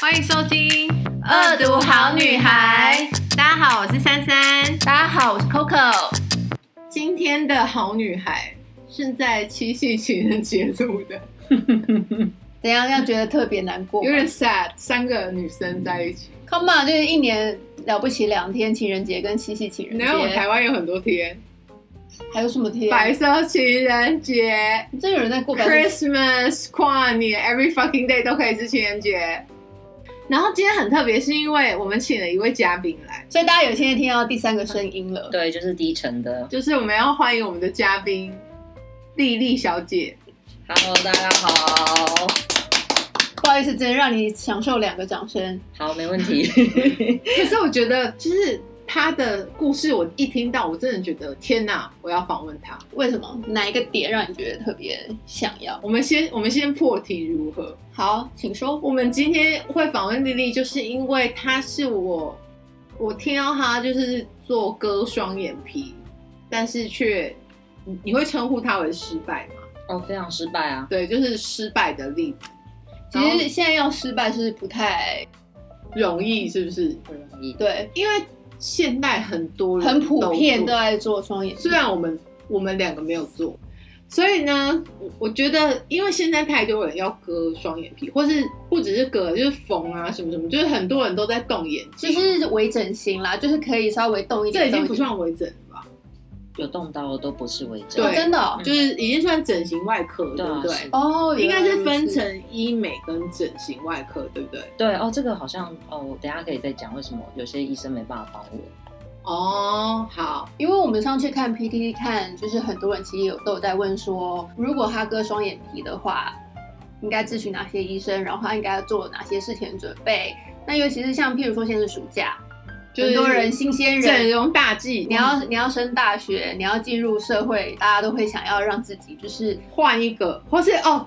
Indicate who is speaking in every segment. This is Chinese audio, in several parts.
Speaker 1: 欢迎收听《
Speaker 2: 恶毒好女孩》。
Speaker 1: 大家好，我是珊珊。
Speaker 2: 大家好，我是 Coco。
Speaker 1: 今天的好女孩是在七夕情人节录 的，
Speaker 2: 怎样要觉得特别难过吗？
Speaker 1: 有点 sad，三个女生在一起。
Speaker 2: Come on，就是一年了不起两天，情人节跟七夕情人
Speaker 1: 然后我
Speaker 2: 节，
Speaker 1: 台湾有很多天，
Speaker 2: 还有什么天？
Speaker 1: 白色情人节、
Speaker 2: 真有人在过白色
Speaker 1: Christmas、跨年，every fucking day 都可以是情人节。然后今天很特别，是因为我们请了一位嘉宾来，
Speaker 2: 所以大家有现在听到第三个声音了。
Speaker 3: 对，就是低沉的。
Speaker 1: 就是我们要欢迎我们的嘉宾丽丽小姐。
Speaker 3: Hello，大家好，
Speaker 2: 不好意思，只能让你享受两个掌声。
Speaker 3: 好，没问题。
Speaker 1: 可是我觉得，就是他的故事，我一听到，我真的觉得天哪，我要访问他。
Speaker 2: 为什么？哪一个点让你觉得特别想要？
Speaker 1: 我们先，我们先破题如何？
Speaker 2: 好，请说。
Speaker 1: 我们今天会访问丽丽，就是因为她是我，我听到她就是做割双眼皮，但是却你你会称呼她为失败吗？
Speaker 3: 哦，非常失败啊！
Speaker 1: 对，就是失败的例子，
Speaker 2: 其实现在要失败是不太
Speaker 1: 容易是不是？
Speaker 3: 不容易。
Speaker 2: 对，
Speaker 1: 因为现代很多人
Speaker 2: 很普
Speaker 1: 都
Speaker 2: 遍
Speaker 1: 做
Speaker 2: 都在做双眼皮
Speaker 1: 虽。然我们我们两个没有做，所以呢，我我觉得，因为现在太多人要割双眼皮，或是不只是割，就是缝啊什么什么，就是很多人都在动眼
Speaker 2: 就
Speaker 1: 睛，
Speaker 2: 是微整形啦，就是可以稍微动一
Speaker 1: 这
Speaker 2: 点，
Speaker 1: 已经不
Speaker 2: 动一点
Speaker 1: 算微整了吧？
Speaker 3: 有动刀的都不是为真。
Speaker 1: 对
Speaker 2: 哦真的哦
Speaker 1: 就是已经算整形外科，对
Speaker 3: 对啊
Speaker 1: 不对
Speaker 3: 是？
Speaker 2: 哦，
Speaker 1: 应
Speaker 2: 原来
Speaker 1: 该
Speaker 2: 如此
Speaker 1: 是分成医美跟整形外科，对不对？
Speaker 3: 对哦，这个好像哦，我等一下可以再讲为什么有些医生没办法帮我。
Speaker 1: 哦，好，
Speaker 2: 因为我们上次看 PTT 看，就是很多人其实有都有在问说，如果他割双眼皮的话，应该咨询哪些医生，然后他应该做哪些事前准备。那尤其是像譬如说现在是暑假，
Speaker 1: 就是
Speaker 2: 很多人新鲜
Speaker 1: 整
Speaker 2: 人，
Speaker 1: 容大忌，
Speaker 2: 你要你要升大学，你要进入社会，大家都会想要让自己就是
Speaker 1: 换一个，或是哦。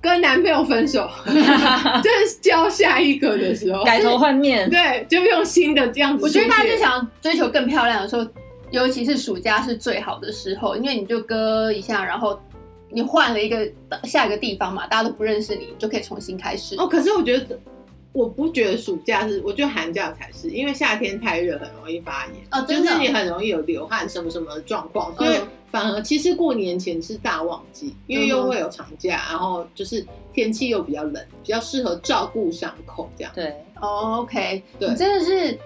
Speaker 1: 跟男朋友分手，就是交下一个的时候，
Speaker 3: 改头换面，
Speaker 1: 哦对，就用新的这样子
Speaker 2: 我
Speaker 1: 出
Speaker 2: 觉
Speaker 1: 现。
Speaker 2: 得大家就想要追求更漂亮的时候，尤其是暑假是最好的时候，因为你就割一下，然后你换了一个下一个地方嘛，大家都不认识你，你就可以重新开始。
Speaker 1: 哦，可是我觉得，我不觉得暑假是，我觉得寒假才是，因为夏天太热，很容易发炎，
Speaker 2: 哦
Speaker 1: 就
Speaker 2: 真的
Speaker 1: 是
Speaker 2: 哦
Speaker 1: 你很容易有流汗什么什么的状况，所以
Speaker 2: 嗯
Speaker 1: 反而其实过年前是大旺季，因为
Speaker 2: 嗯
Speaker 1: 又
Speaker 2: 哼
Speaker 1: 会有长假，然后就是天气又比较冷，比较适合照顾伤口 这样。
Speaker 3: 对，
Speaker 2: 哦、o k
Speaker 1: 对
Speaker 2: 你真的是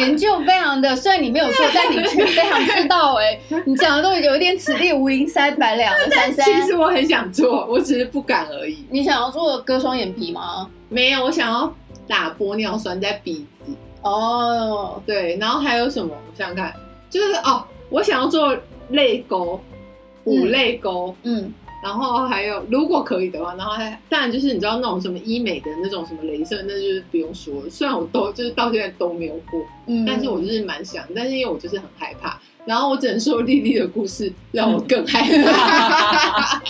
Speaker 2: 研究非常的，虽然你没有做，但你却非常知道哎、你讲的都有一点此地无银三百两了，珊珊。
Speaker 1: 其实我很想做，我只是不敢而已。
Speaker 2: 你想要做割双眼皮吗？
Speaker 1: 没有，我想要打玻尿酸在鼻子，
Speaker 2: 哦、
Speaker 1: 对，然后还有什么？我想想看，就是哦，我想要做泪沟，补
Speaker 2: 嗯
Speaker 1: 泪沟。
Speaker 2: 嗯，
Speaker 1: 然后还有，如果可以的话，然后还当然就是你知道那种什么医美的那种什么镭射，那就是不用说了。虽然我都就是到现在都没有过，
Speaker 2: 嗯，
Speaker 1: 但是我就是蛮想，但是因为我就是很害怕。然后我只能说丽丽的故事让我
Speaker 2: 嗯
Speaker 1: 更害 怕。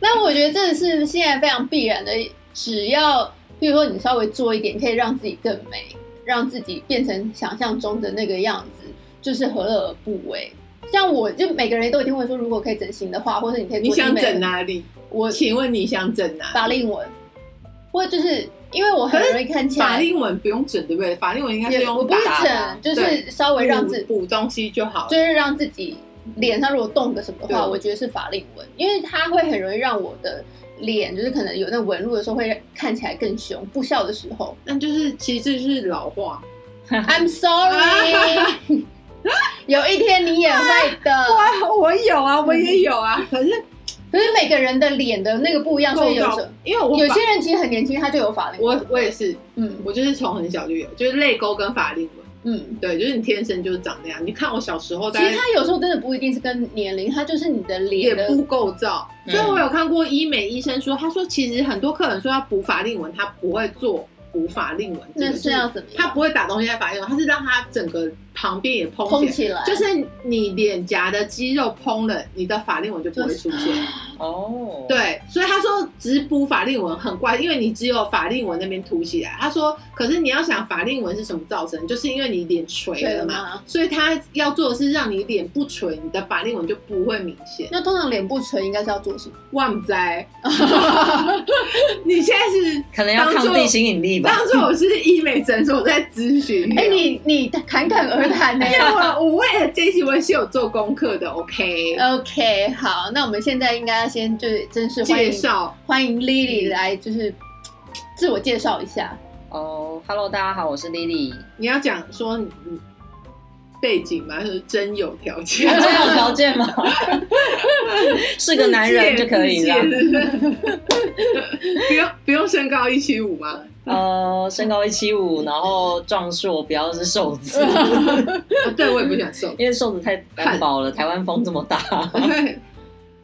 Speaker 2: 那我觉得这是现在非常必然的，只要比如说你稍微做一点，可以让自己更美，让自己变成想象中的那个样子，就是何乐而不为？像我就每个人都一定会说，如果可以整形的话，或者你可以
Speaker 1: 你
Speaker 2: 做医
Speaker 1: 想
Speaker 2: 美
Speaker 1: 整？啊哪里？
Speaker 2: 我
Speaker 1: 请问你想整哪
Speaker 2: 法
Speaker 1: 里？
Speaker 2: 令纹，或者就是因为我很容易看起来
Speaker 1: 法令纹不用整对不对？法令纹应该是
Speaker 2: 也我
Speaker 1: 用
Speaker 2: 不是
Speaker 1: 打啊嗯吧
Speaker 2: 整，就是稍微让自己
Speaker 1: 补补东西就好了。
Speaker 2: 就是让自己脸上如果动个什么的话，
Speaker 1: 对
Speaker 2: 我觉得是法令纹，因为它会很容易让我的脸就是可能有那纹路的时候会看起来更凶，不笑的时候。
Speaker 1: 那就是其实这就是老化。
Speaker 2: I'm sorry，有一天你也会的。
Speaker 1: 哇，我有啊，我也有啊，可是
Speaker 2: 可是每个人的脸的那个不一嗯样，所以有
Speaker 1: 构
Speaker 2: 时
Speaker 1: 造因为我
Speaker 2: 有
Speaker 1: 法
Speaker 2: 些人其实很年轻，他就有法令纹。
Speaker 1: 我我也是，
Speaker 2: 嗯
Speaker 1: 我就是从很小就有，就是泪沟跟法令纹，
Speaker 2: 嗯，
Speaker 1: 对，就是你天生就是长那样。你看我小时候，
Speaker 2: 其
Speaker 1: 大
Speaker 2: 实
Speaker 1: 概
Speaker 2: 他有时候真的不一定是跟年龄，他就是你的
Speaker 1: 也
Speaker 2: 脸的。
Speaker 1: 不构造，
Speaker 3: 嗯
Speaker 1: 所以我有看过医美医生说，他说其实很多客人说要补法令纹，他不会做补法令纹，
Speaker 2: 那是要
Speaker 1: 样，
Speaker 2: 怎么样？
Speaker 1: 他不会打东西在法令纹，他是让他整个旁边也
Speaker 2: 空
Speaker 1: 嘭起来。
Speaker 2: 起来，
Speaker 1: 就是你脸颊的肌肉嘭了，你的法令纹就不会出现。
Speaker 3: 哦，，
Speaker 1: 对，所以他说只补法令纹很怪，因为你只有法令纹那边凸起来。他说，可是你要想法令纹是什么造成，就是因为你脸垂
Speaker 2: 对啊
Speaker 1: 了
Speaker 2: 了
Speaker 1: 嘛。
Speaker 2: 吗？
Speaker 1: 所以他要做的是让你脸不垂，你的法令纹就不会明显。
Speaker 2: 那通常脸部垂应该是要做什么？
Speaker 1: 旺仔，你现在是
Speaker 3: 可能要
Speaker 1: 当
Speaker 3: 抗
Speaker 1: 做
Speaker 3: 地心引力吧。
Speaker 1: 当初我是医美诊所在咨询，
Speaker 2: 哎、你你侃侃而谈 呢、
Speaker 1: 因为我我为了这期我也是有做功课的，OK？
Speaker 2: 呃 OK，好，那我们现在应该要先就是正式欢
Speaker 1: 介
Speaker 2: 迎
Speaker 1: 绍嗯
Speaker 2: 欢迎 Lily 来，就是自我介绍一下。
Speaker 3: 哦、h e l l o 大家好，我是 Lily。
Speaker 1: 你要讲说你你背景嘛，就是真有条
Speaker 3: 这
Speaker 1: 件，
Speaker 3: 有条件吗？ 是个男人就可以了。
Speaker 1: 自介，自介 不用不用身高一七五吗？
Speaker 3: 呃，身高一七五，然后壮硕，不要是瘦子，
Speaker 1: 哦，对我也不想瘦。
Speaker 3: 因为瘦子太单薄了。台湾风这么大， 嗯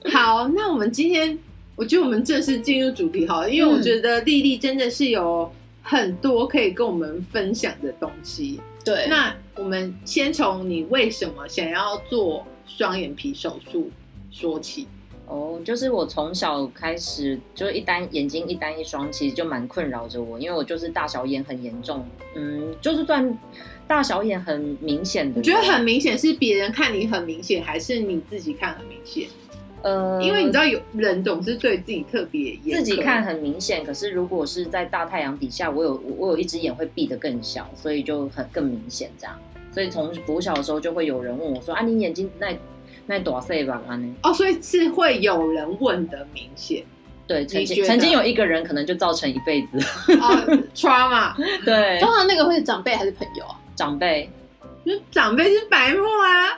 Speaker 1: 好，那我们今天，我觉得我们正式进入主题好了，因为我觉得丽丽真的是有很多可以跟我们分享的东西。
Speaker 2: 对，
Speaker 1: 那我们先从你为什么想要做双眼皮手术说起。
Speaker 3: 哦，就是我从小开始就一单眼睛一单一双，其实就蛮困扰着我，因为我就是大小眼很严重，嗯，就是算大小眼很明显的，
Speaker 1: 你觉得很明显是别人看你很明显，还是你自己看很明显？
Speaker 3: 呃，
Speaker 1: 因为你知道有人总是对自己特别严苛
Speaker 3: 自己看，很明显，可是如果是在大太阳底下，我有我我有一只眼会闭得更小，所以就很更明显这样。所以从国小的时候就会有人问我说：“啊，你眼睛那那多岁吧？”啊，呢？
Speaker 1: 哦，所以是会有人问的明显
Speaker 3: 对，曾
Speaker 1: 觉
Speaker 3: 经
Speaker 1: 得
Speaker 3: 曾经有一个人可能就造成一辈子，
Speaker 1: 哦，trauma。
Speaker 3: 对
Speaker 2: 通常那个会是长辈还是朋友啊？
Speaker 3: 长辈。
Speaker 1: 就长辈是白目啊，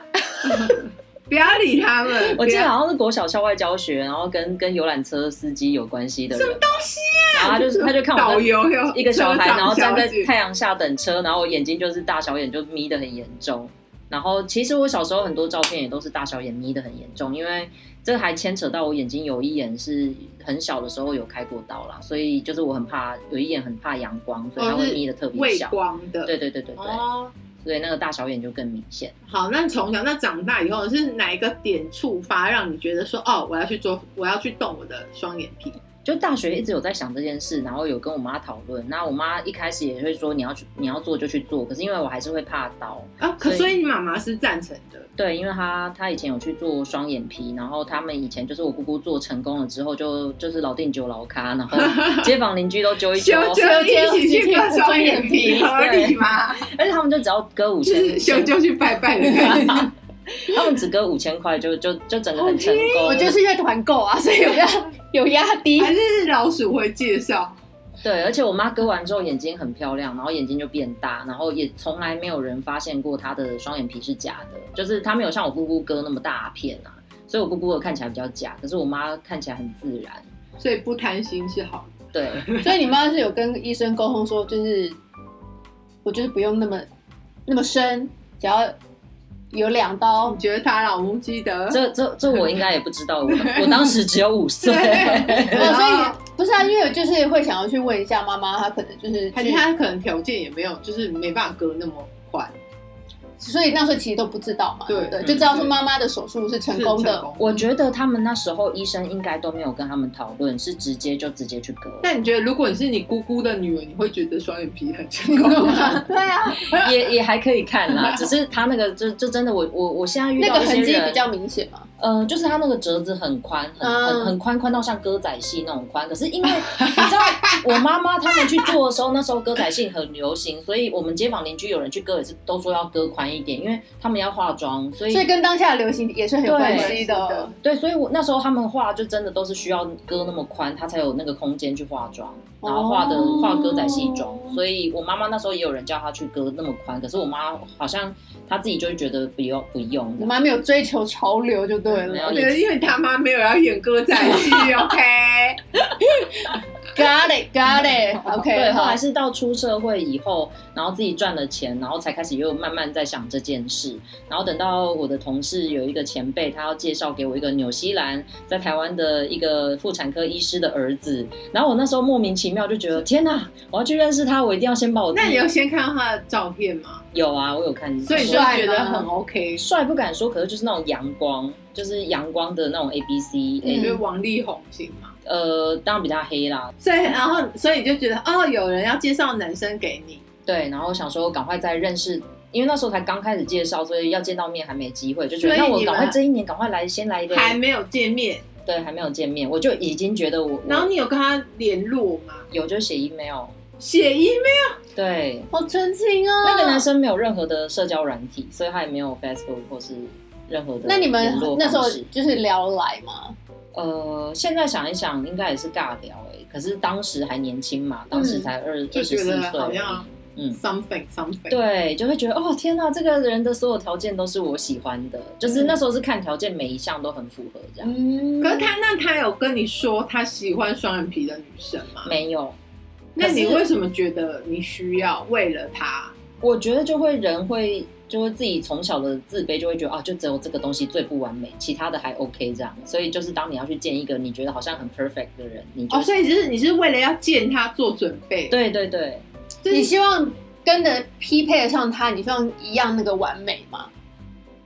Speaker 1: 不要理他们。
Speaker 3: 我记得
Speaker 1: 不要
Speaker 3: 好像是国小校外教学，然后跟跟游览车司机有关系的人，什么东西啊？然后他就是他就看我
Speaker 1: 导
Speaker 3: 跟
Speaker 1: 游有
Speaker 3: 一个小孩，
Speaker 1: 车长
Speaker 3: 然后站在
Speaker 1: 小姐
Speaker 3: 太阳下等车，然后我眼睛就是大小眼就眯得很严重。然后其实我小时候很多照片也都是大小眼眯得很严重，因为这还牵扯到我眼睛有一眼是很小的时候有开过刀啦，所以就是我很怕有一眼很怕阳光，所以它
Speaker 1: 哦
Speaker 3: 会
Speaker 1: 是
Speaker 3: 眯得特别
Speaker 1: 畏
Speaker 3: 小。
Speaker 1: 光的。
Speaker 3: 对对对对对，
Speaker 1: 哦，
Speaker 3: 所以那个大小眼就更明显。
Speaker 1: 好，那从小那长大以后是哪一个点触发让你觉得说哦，我要去做，我要去动我的双眼皮？
Speaker 3: 就大学一直有在想这件事，然后有跟我妈讨论。那我妈一开始也会说你要去你要做就去做，可是因为我还是会怕刀，
Speaker 1: 啊，可
Speaker 3: 所
Speaker 1: 所
Speaker 3: 以
Speaker 1: 以你妈妈是赞成的，
Speaker 3: 对，因为她她以前有去做双眼皮，然后他们以前就是我姑姑做成功了之后就就是老定九老咖，然后街坊邻居都揪一揪，
Speaker 1: 就一起去割双眼皮，
Speaker 3: 对
Speaker 1: 合理吗？
Speaker 3: 而且他们就只要割五
Speaker 1: 就
Speaker 3: 千，
Speaker 1: 是修就去拜拜的感觉。
Speaker 3: 他们只割五千块就就就整个很成
Speaker 1: 呃
Speaker 3: 功。
Speaker 2: 我就是在团购啊， 所以有压有压 低。
Speaker 1: 还是老鼠会介绍，
Speaker 3: 对，而且我妈割完之后眼睛很漂亮，然后眼睛就变大，然后也从来没有人发现过她的双眼皮是假的，就是她没有像我姑姑割那么大片啊，所以我姑姑的看起来比较假，可是我妈看起来很自然。
Speaker 1: 所以不贪心是好的。
Speaker 3: 对，
Speaker 2: 所以你妈是有跟医生沟通说，就是我就是不用那么那么深，只要有两刀
Speaker 1: 你。觉得他老母记得？
Speaker 3: 这这这我应该也不知道，我我当时只有五岁。
Speaker 1: 对
Speaker 2: 哦，所以不是啊，因为我就是会想要去问一下妈妈，她可能就是
Speaker 1: 还
Speaker 2: 去
Speaker 1: 是他可能条件也没有，就是没办法割那么快，
Speaker 2: 所以那时候其实都不知道嘛，
Speaker 1: 对
Speaker 2: 对不对？
Speaker 1: 嗯
Speaker 2: 就知道说妈妈的手术是成功
Speaker 1: 是成
Speaker 2: 的，
Speaker 1: 功
Speaker 3: 我觉得他们那时候医生应该都没有跟他们讨论，是直接就直接去 割，
Speaker 1: 那你觉得，如果你是你姑姑的女儿，你会觉得双眼皮很 成功吗？
Speaker 2: 对啊，
Speaker 3: 也也还可以看啦。只是他那个就就真的我我我现在遇
Speaker 2: 那
Speaker 3: 到
Speaker 2: 个
Speaker 3: 一些
Speaker 2: 痕迹
Speaker 3: 人
Speaker 2: 比较明显嘛。
Speaker 3: 呃，就是它那个折子很宽，很
Speaker 2: 嗯
Speaker 3: 很很宽，宽到像歌仔戏那种宽。可是因为你知道，我妈妈他们去做的时候，那时候歌仔戏很流行，所以我们街坊邻居有人去割也是都说要割宽一点，因为他们要化妆，所以
Speaker 2: 所以跟当下的流行也是很有
Speaker 3: 对
Speaker 2: 关系的。
Speaker 3: 对，所以我那时候他们画就真的都是需要割那么宽，它才有那个空间去化妆，然后画的、
Speaker 2: 哦
Speaker 3: 画歌仔戏妆。所以我妈妈那时候也有人叫她去割那么宽，可是我妈好像她自己就会觉得不用不用
Speaker 2: 你妈没有追求潮流就对
Speaker 3: 没
Speaker 2: 了
Speaker 3: 有
Speaker 1: 我觉得，因为他妈没有要演歌仔戏 ，OK？
Speaker 2: ，Got it, got it, OK。
Speaker 3: 对，后
Speaker 2: 好
Speaker 3: 来是到出社会以后，然后自己赚了钱，然后才开始又慢慢在想这件事。然后等到我的同事有一个前辈，他要介绍给我一个纽西兰在台湾的一个妇产科医师的儿子，然后我那时候莫名其妙就觉得天哪，我要去认识他，我一定要先把我自
Speaker 1: 那
Speaker 3: 己
Speaker 1: 你有先看到他的照片吗？
Speaker 3: 有啊，我有看，
Speaker 1: 所以你就
Speaker 2: 帅吗
Speaker 1: 觉得很 OK？
Speaker 3: 帅不敢说，可是就是那种阳光，就是阳光的那种 A B C，、
Speaker 1: 你
Speaker 2: 嗯
Speaker 1: 觉得王力宏行吗？
Speaker 3: 呃，当然比他黑啦，
Speaker 1: 嗯所以，然后，所以你就觉得哦，有人要介绍男生给你，
Speaker 3: 对，然后想说赶快再认识，因为那时候才刚开始介绍，所以要见到面还没机会，就觉得
Speaker 1: 所以
Speaker 3: 那我
Speaker 1: 你们
Speaker 3: 赶快这一年赶快来先来一个，
Speaker 1: 还没有见面，
Speaker 3: 对，还没有见面，我就已经觉得我
Speaker 1: 然后
Speaker 3: 我
Speaker 1: 你有跟他联络吗？
Speaker 3: 有就写 email，
Speaker 1: 写 email
Speaker 3: 对，
Speaker 2: 好纯情哦。
Speaker 3: 那个男，生没有任何的社交软体，所以他也没有 Facebook 或是任何的
Speaker 2: 那你们
Speaker 3: 联络
Speaker 2: 那时候
Speaker 3: 方式
Speaker 2: 就是聊来吗？
Speaker 3: 呃，现在想一想，应该也是尬聊哎、可是当时还年轻嘛，当时才二
Speaker 1: 嗯就
Speaker 3: 二
Speaker 1: 觉
Speaker 3: 十
Speaker 1: 得
Speaker 3: 四岁而
Speaker 1: 好
Speaker 3: 已
Speaker 1: 像，
Speaker 3: 嗯。
Speaker 1: something something。
Speaker 3: 对，就会觉得哦，天哪，这个人的所有条件都是我喜欢的，就是
Speaker 2: 嗯
Speaker 3: 那时候是看条件每一项都很符合这样，
Speaker 2: 嗯，
Speaker 1: 可是他那他有跟你说他喜欢双眼皮的女生吗？
Speaker 3: 没有，
Speaker 1: 那你
Speaker 3: 可是
Speaker 1: 为什么觉得你需要为了他？
Speaker 3: 我觉得就会人会就会自己从小的自卑就会觉得啊，就只有这个东西最不完美，其他的还 OK 这样。所以就是当你要去见一个你觉得好像很 perfect 的人，你就、
Speaker 1: 哦，所以就是你是为了要见他做准备，，
Speaker 3: 对对对，
Speaker 1: 就
Speaker 2: 你
Speaker 1: 是
Speaker 2: 希望跟着匹配得上他，你希望一样那个完美吗？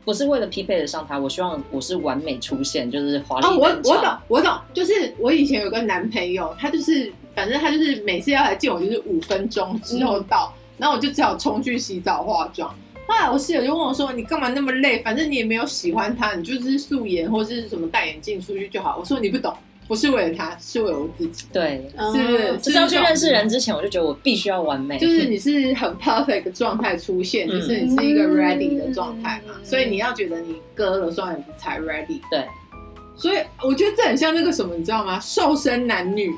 Speaker 3: 不是为了匹配得上他，我希望我是完美出现，就是华丽
Speaker 1: 哦，我
Speaker 3: 登
Speaker 1: 我
Speaker 3: 场。
Speaker 1: 懂我懂，就是我以前有个男朋友，他就是反正他就是每次要来见我，就是五分钟之
Speaker 3: 嗯
Speaker 1: 后到，然后我就只好冲去洗澡化妆。后来我室友就问我说：“你干嘛那么累？反正你也没有喜欢他，你就是素颜或是什么戴眼镜出去就好。”我说：“你不懂，不是为了他，是为了我自己。
Speaker 3: 对，
Speaker 1: 是不是
Speaker 2: 嗯
Speaker 3: 就是要去认识人之前，我就觉得我必须要完美。
Speaker 1: 就是你是很 perfect 的状态出现，
Speaker 3: 嗯
Speaker 1: 就是你是一个 ready 的状态嘛，
Speaker 2: 嗯
Speaker 1: 所以你要觉得你割了双眼皮才 ready。
Speaker 3: 对，
Speaker 1: 所以我觉得这很像那个什么，你知道吗？瘦身男女，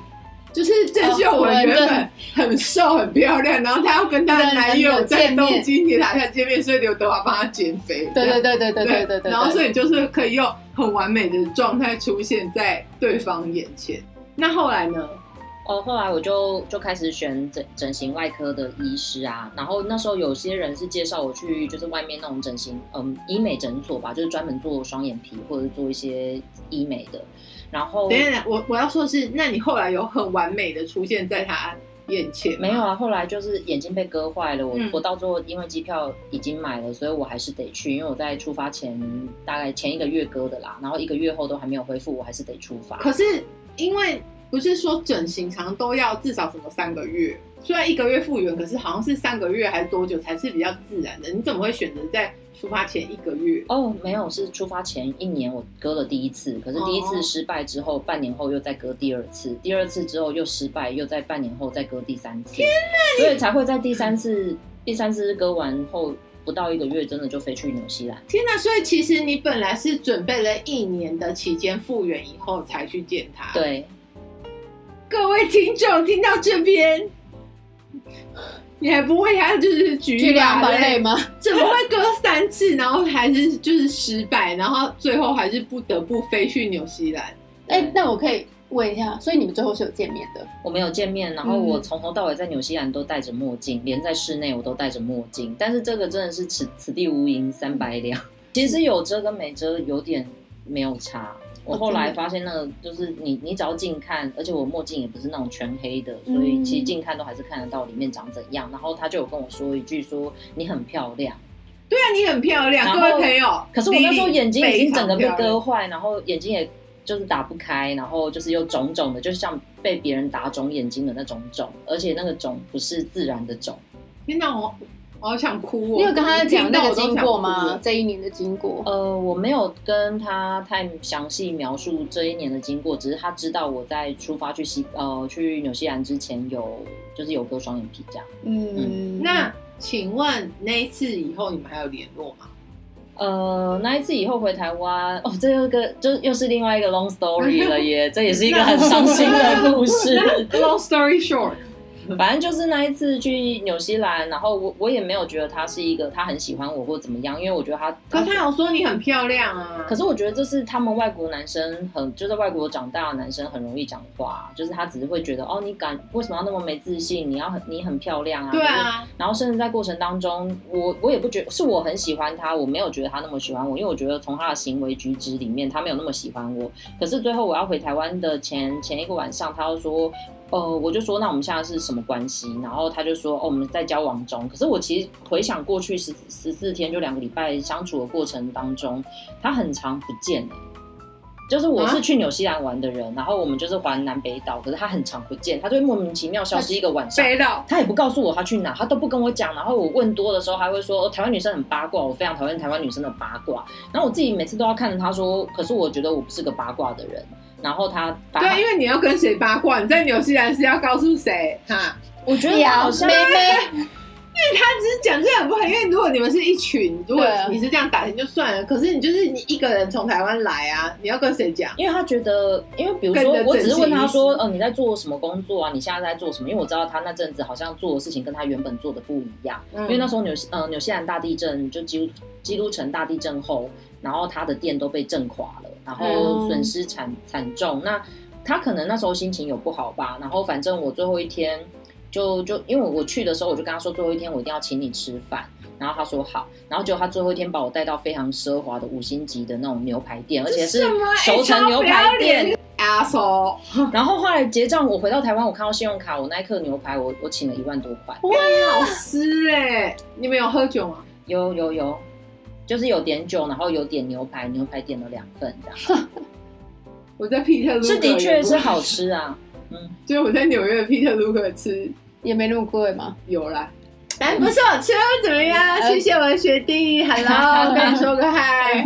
Speaker 1: 就是郑秀
Speaker 2: 哦
Speaker 1: 文
Speaker 2: 对
Speaker 1: 原 本很瘦很漂亮，然后她要跟她的男友在
Speaker 2: 跟男友见
Speaker 1: 东
Speaker 2: 面
Speaker 1: 京铁塔下见面，所以刘德华帮她减肥。
Speaker 2: 对对对对
Speaker 1: 这
Speaker 2: 对
Speaker 1: 样
Speaker 2: 对对对。
Speaker 1: 然后所
Speaker 2: 以
Speaker 1: 以就是可以用很完美的状态出现在对方眼前。那后来呢？
Speaker 3: 哦，后来我就就开始选整整形外科的医师啊，然后那时候有些人是介绍我去就是外面那种整形，嗯，医美诊所吧，就是专门做双眼皮或者做一些医美的，然后
Speaker 1: 等一下，我我要说的是，那你后来有很完美的出现在他眼前吗
Speaker 3: 没有？啊，后来就是眼睛被割坏了，我、
Speaker 1: 嗯
Speaker 3: 我到最后因为机票已经买了，所以我还是得去，因为我在出发前大概前一个月割的啦，然后一个月后都还没有恢复，我还是得出发。
Speaker 1: 可是因为不是说整形常都要至少什么三个月，虽然一个月复原，可是好像是三个月还是多久才是比较自然的？你怎么会选择在出发前一个月？
Speaker 3: 哦，没有，是出发前一年我割了第一次，可是第一次
Speaker 1: 哦
Speaker 3: 失败之后，半年后又再割第二次，第二次之后又失败，又在半年后再割第三次，天哪！所以才会在第三次第三次割完后不到一个月，真的就飞去纽西兰。
Speaker 1: 天哪！所以其实你本来是准备了一年的期间复原以后才去见他。，
Speaker 3: 对，
Speaker 1: 各位听众听到这边，你还不为他就是举
Speaker 2: 去
Speaker 1: 一
Speaker 2: 两
Speaker 1: 把
Speaker 2: 把
Speaker 1: 泪
Speaker 2: 泪吗？
Speaker 1: 怎么会割三次，然后还是就是失败，然后最后还是不得不飞去纽西兰？
Speaker 2: 哎、
Speaker 3: 对
Speaker 2: 那我可以问一下，所以你们最后是有见面的？
Speaker 3: 我们有见面，然后
Speaker 2: 嗯
Speaker 3: 我从头到尾在纽西兰都戴着墨镜，连在室内我都戴着墨镜。但是这个真的是此此地无银三百两，其实有遮跟没遮有点没有差。我
Speaker 2: 哦
Speaker 3: 后来
Speaker 2: 真的
Speaker 3: 发现，那个就是你，你只要近看，而且我墨镜也不是那种全黑的，所以
Speaker 2: 嗯
Speaker 3: 其实近看都还是看得到里面长怎样。然后他就有跟我说一句说你很漂亮，
Speaker 1: 对啊，你很漂亮，
Speaker 3: 然
Speaker 1: 各
Speaker 3: 后
Speaker 1: 位朋友。
Speaker 3: 可是我那时候
Speaker 1: Lily
Speaker 3: 眼睛已经整个被
Speaker 1: 非常漂
Speaker 3: 割
Speaker 1: 亮
Speaker 3: 坏，然后眼睛也就是打不开，然后就是又肿肿的，就像被别人打肿眼睛的那种肿，而且那个肿不是自然的肿。
Speaker 1: 天哪，我我好想哭哦！
Speaker 2: 你有跟他讲那
Speaker 1: 我听到
Speaker 2: 个
Speaker 1: 我都
Speaker 2: 经
Speaker 1: 想
Speaker 2: 过
Speaker 1: 哭
Speaker 2: 吗？？这一年的经过？
Speaker 3: 呃，我没有跟他太详细描述这一年的经过，只是他知道我在出发去西呃去纽西兰之前有就是有割双眼皮这样。
Speaker 2: 嗯，
Speaker 1: 那请问那一次以后你们还有联络吗？
Speaker 3: 呃，那一次以后回台湾，哦，这又个就又是另外一个 long story 了耶，这也是一个很伤心的 故事。
Speaker 1: Long story short，
Speaker 3: 反正就是那一次去纽西兰，然后我我也没有觉得他是一个他很喜欢我或怎么样，因为我觉得他，
Speaker 1: 可是他有说你很漂亮啊。
Speaker 3: 可
Speaker 1: 是
Speaker 3: 是我觉得这是他们外国男生很就在外国长大的男生很容易讲话，就是他只是会觉得哦，你敢为什么要那么没自信？你要很你很漂亮啊，
Speaker 1: 对
Speaker 3: 就是。
Speaker 1: 啊，
Speaker 3: 然后甚至在过程当中，我我也不觉得是我很喜欢他，我没有觉得他那么喜欢我，因为我觉得从他的行为举止里面，他没有那么喜欢我。可是最后我要回台湾的前前一个晚上，他又说。呃，我就说那我们现在是什么关系？然后他就说哦，我们在交往中。可是我其实回想过去十十四天就两个礼拜相处的过程当中，他很长不见、欸、就是我是
Speaker 1: 啊
Speaker 3: 去纽西兰玩的人，然后我们就是环南北岛，可是他很长不见，他就会莫名其妙消失一个晚上。
Speaker 1: 飞到
Speaker 3: 他也不告诉我他去哪，他都不跟我讲。然后我问多的时候，还会说、哦台湾女生很八卦，我非常讨厌台湾女生的八卦。然后我自己每次都要看着他说，可是我觉得我不是个八卦的人。然后他把
Speaker 1: 对，啊因为你要跟谁八卦，你在纽西兰是要告诉谁哈？
Speaker 3: 我觉得他好像
Speaker 2: 妹 妹，
Speaker 1: 他只是讲这很不好，因为如果你们是一群，如果
Speaker 2: 对啊
Speaker 1: 你是这样打听就算了，可是你就是你一个人从台湾来啊，你要跟谁讲？
Speaker 3: 因为他觉得，因为比如
Speaker 1: 跟
Speaker 3: 说
Speaker 1: 你的，
Speaker 3: 我只是问他说，
Speaker 1: 整
Speaker 3: 呃，你在做什么工作啊？你现在在做什么？因为我知道他那阵子好像做的事情跟他原本做的不一样。
Speaker 1: 因
Speaker 3: 因为那时候纽西呃纽西兰大地震，就基督基督城大地震后，然后他的店都被震垮了，然后
Speaker 1: 哦
Speaker 2: 嗯
Speaker 3: 损失惨惨重。那他可能那时候心情有不好吧，然后反正我最后一天就就因为我去的时候我就跟他说最后一天我一定要请你吃饭，然后他说好，然后结果他最后一天把我带到非常奢华的五星级的那种牛排店，而且是
Speaker 1: 什么哎
Speaker 3: 熟成
Speaker 1: 超
Speaker 3: 牛
Speaker 1: 不要
Speaker 3: 排
Speaker 1: 脸
Speaker 3: 店，
Speaker 1: 阿手，
Speaker 3: 然后后来结账，我回到台湾，我看到信用卡，我那一克牛排我我请了一万多块，
Speaker 1: 哇，好湿哎！你们有喝酒吗？
Speaker 3: 有有有，就是有点酒，然后有点牛排，牛排点了两份这样，
Speaker 1: 我在皮特卢
Speaker 3: 是的确是好，吃啊，嗯，
Speaker 1: 就是我在纽约的皮特卢克吃
Speaker 2: 也没那么贵嘛。
Speaker 1: 有啦。
Speaker 3: 嗯
Speaker 1: 但不是我吃又怎么样？谢谢我的学弟，Hello，跟 你说个嗨。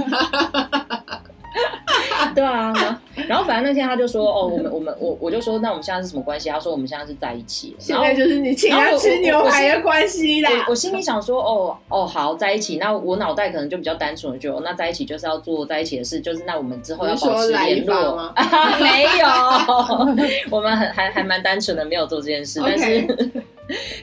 Speaker 3: 对啊， 然后反正那天他就说，哦，我们我们我我就说，那我们现在是什么关系？他说我们现在是在一起，
Speaker 1: 现
Speaker 3: 然后
Speaker 1: 在就是你请他吃牛排的关系啦。
Speaker 3: 我我心里想说，哦哦好，在一起，那我脑袋可能就比较单纯，我觉得、哦、那在一起就是要做在一起的事，就是那我们之后要
Speaker 1: 你是说
Speaker 3: 保持
Speaker 1: 来一
Speaker 3: 联络
Speaker 1: 发吗
Speaker 3: 没有， 我们很还还蛮单纯的，没有做这件事
Speaker 1: OK
Speaker 3: 但是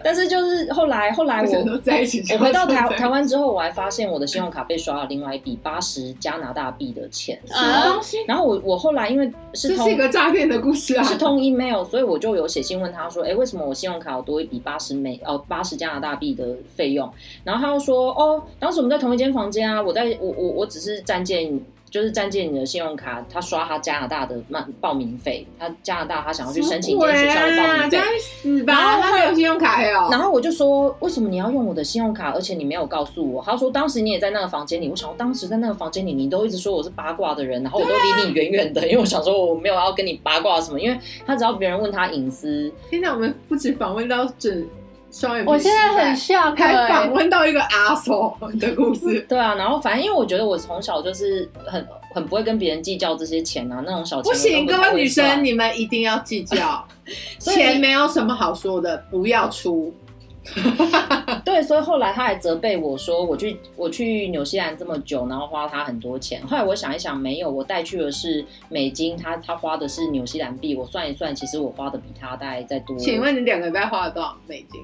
Speaker 3: 但是就是后来后来
Speaker 1: 我想
Speaker 3: 我
Speaker 1: 说在一起就
Speaker 3: 我
Speaker 1: 是在一起，
Speaker 3: 回到台台湾之后，我还发现我的信用卡被刷了另外一笔八十加拿大币的钱，啊
Speaker 1: 什么东西？
Speaker 3: 然后我我后来因为是
Speaker 1: 这
Speaker 3: 通
Speaker 1: 是一个诈骗的故事啊！
Speaker 3: 是通 email，所以我就有写信问他说，哎、为什么我信用卡有多一笔八十美哦八十加拿大币的费用？然后他又说，哦，当时我们在同一间房间啊，我在我我我只是暂借你，就是暂借你的信用卡，他刷他加拿大的那报名费，他加拿大他想要去申请一间学校的报名费
Speaker 1: 啊该。死吧！
Speaker 3: 然后
Speaker 1: 他没有信用卡还有，
Speaker 3: 然后我就说，为什么你要用我的信用卡？而且你没有告诉我。他说，当时你也在那个房间里。我想说，当时在那个房间里，你都一直说我是八卦的人，然后我都离你远远的，因 为我想说我没有要跟你八卦什么。因为他只要别人问他隐私，。
Speaker 1: 现在我们不止访问到整双眼皮
Speaker 2: 啊我现在很
Speaker 1: 时
Speaker 2: shock，
Speaker 1: 代还
Speaker 2: 欸
Speaker 1: 访问到一个阿手的故事
Speaker 3: 对啊。然后反正因为我觉得我从小就是很很不会跟别人计较这些钱啊，那种小钱
Speaker 1: 不行，
Speaker 3: 我
Speaker 1: 各
Speaker 3: 都不太
Speaker 1: 位
Speaker 3: 会
Speaker 1: 女
Speaker 3: 算
Speaker 1: 生，你们一定要计 较，
Speaker 3: 所以
Speaker 1: 钱没有什么好说的，不要出。
Speaker 3: 对，所以后来他还责备我说，我去我去纽西兰这么久，然后花他很多钱。后来我想一想，没有，我带去的是美金，他他花的是纽西兰币。我算一算，其实我花的比他大概再多。
Speaker 1: 请问你两个礼拜花了多少美金？